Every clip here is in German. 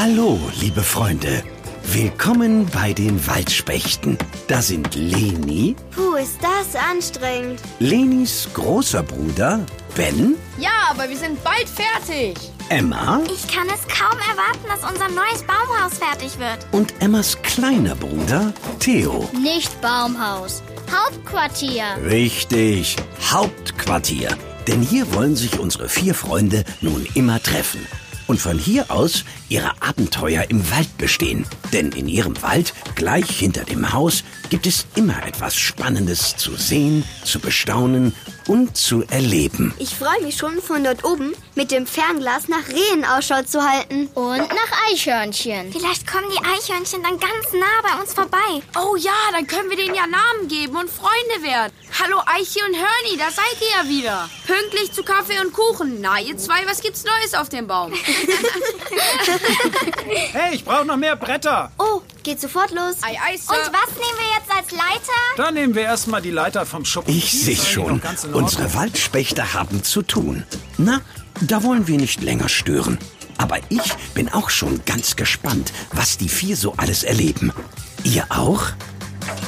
Hallo, liebe Freunde. Willkommen bei den Waldspechten. Da sind Leni, Puh, ist das anstrengend. Lenis großer Bruder Ben, Ja, aber wir sind bald fertig. Emma Ich kann es kaum erwarten, dass unser neues Baumhaus fertig wird. und Emmas kleiner Bruder Theo. Nicht Baumhaus, Hauptquartier. Richtig, Hauptquartier. Denn hier wollen sich unsere vier Freunde nun immer treffen. Und von hier aus ihre Abenteuer im Wald bestehen. Denn in ihrem Wald, gleich hinter dem Haus, gibt es immer etwas Spannendes zu sehen, zu bestaunen und zu erleben. Ich freue mich schon, von dort oben mit dem Fernglas nach Rehen Ausschau zu halten. Und nach Eichhörnchen. Vielleicht kommen die Eichhörnchen dann ganz nah bei uns vorbei. Oh ja, dann können wir denen ja Namen geben und Freunde werden. Hallo Eichi und Hörni, da seid ihr ja wieder. Pünktlich zu Kaffee und Kuchen. Na, ihr zwei, was gibt's Neues auf dem Baum? Hey, ich brauche noch mehr Bretter. Oh, geht sofort los. Ei, ei, Sir. nehmen wir jetzt als Leiter? Dann nehmen wir erstmal die Leiter vom Schuppen. Ich Die ist sehe eigentlich schon, noch ganz in Ordnung. unsere Waldspechte haben zu tun. Na, da wollen wir nicht länger stören. Aber ich bin auch schon ganz gespannt, was die vier so alles erleben. Ihr auch?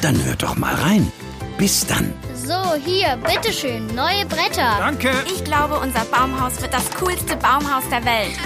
Dann hört doch mal rein. Bis dann. So, hier, bitteschön, neue Bretter. Danke. Ich glaube, unser Baumhaus wird das coolste Baumhaus der Welt.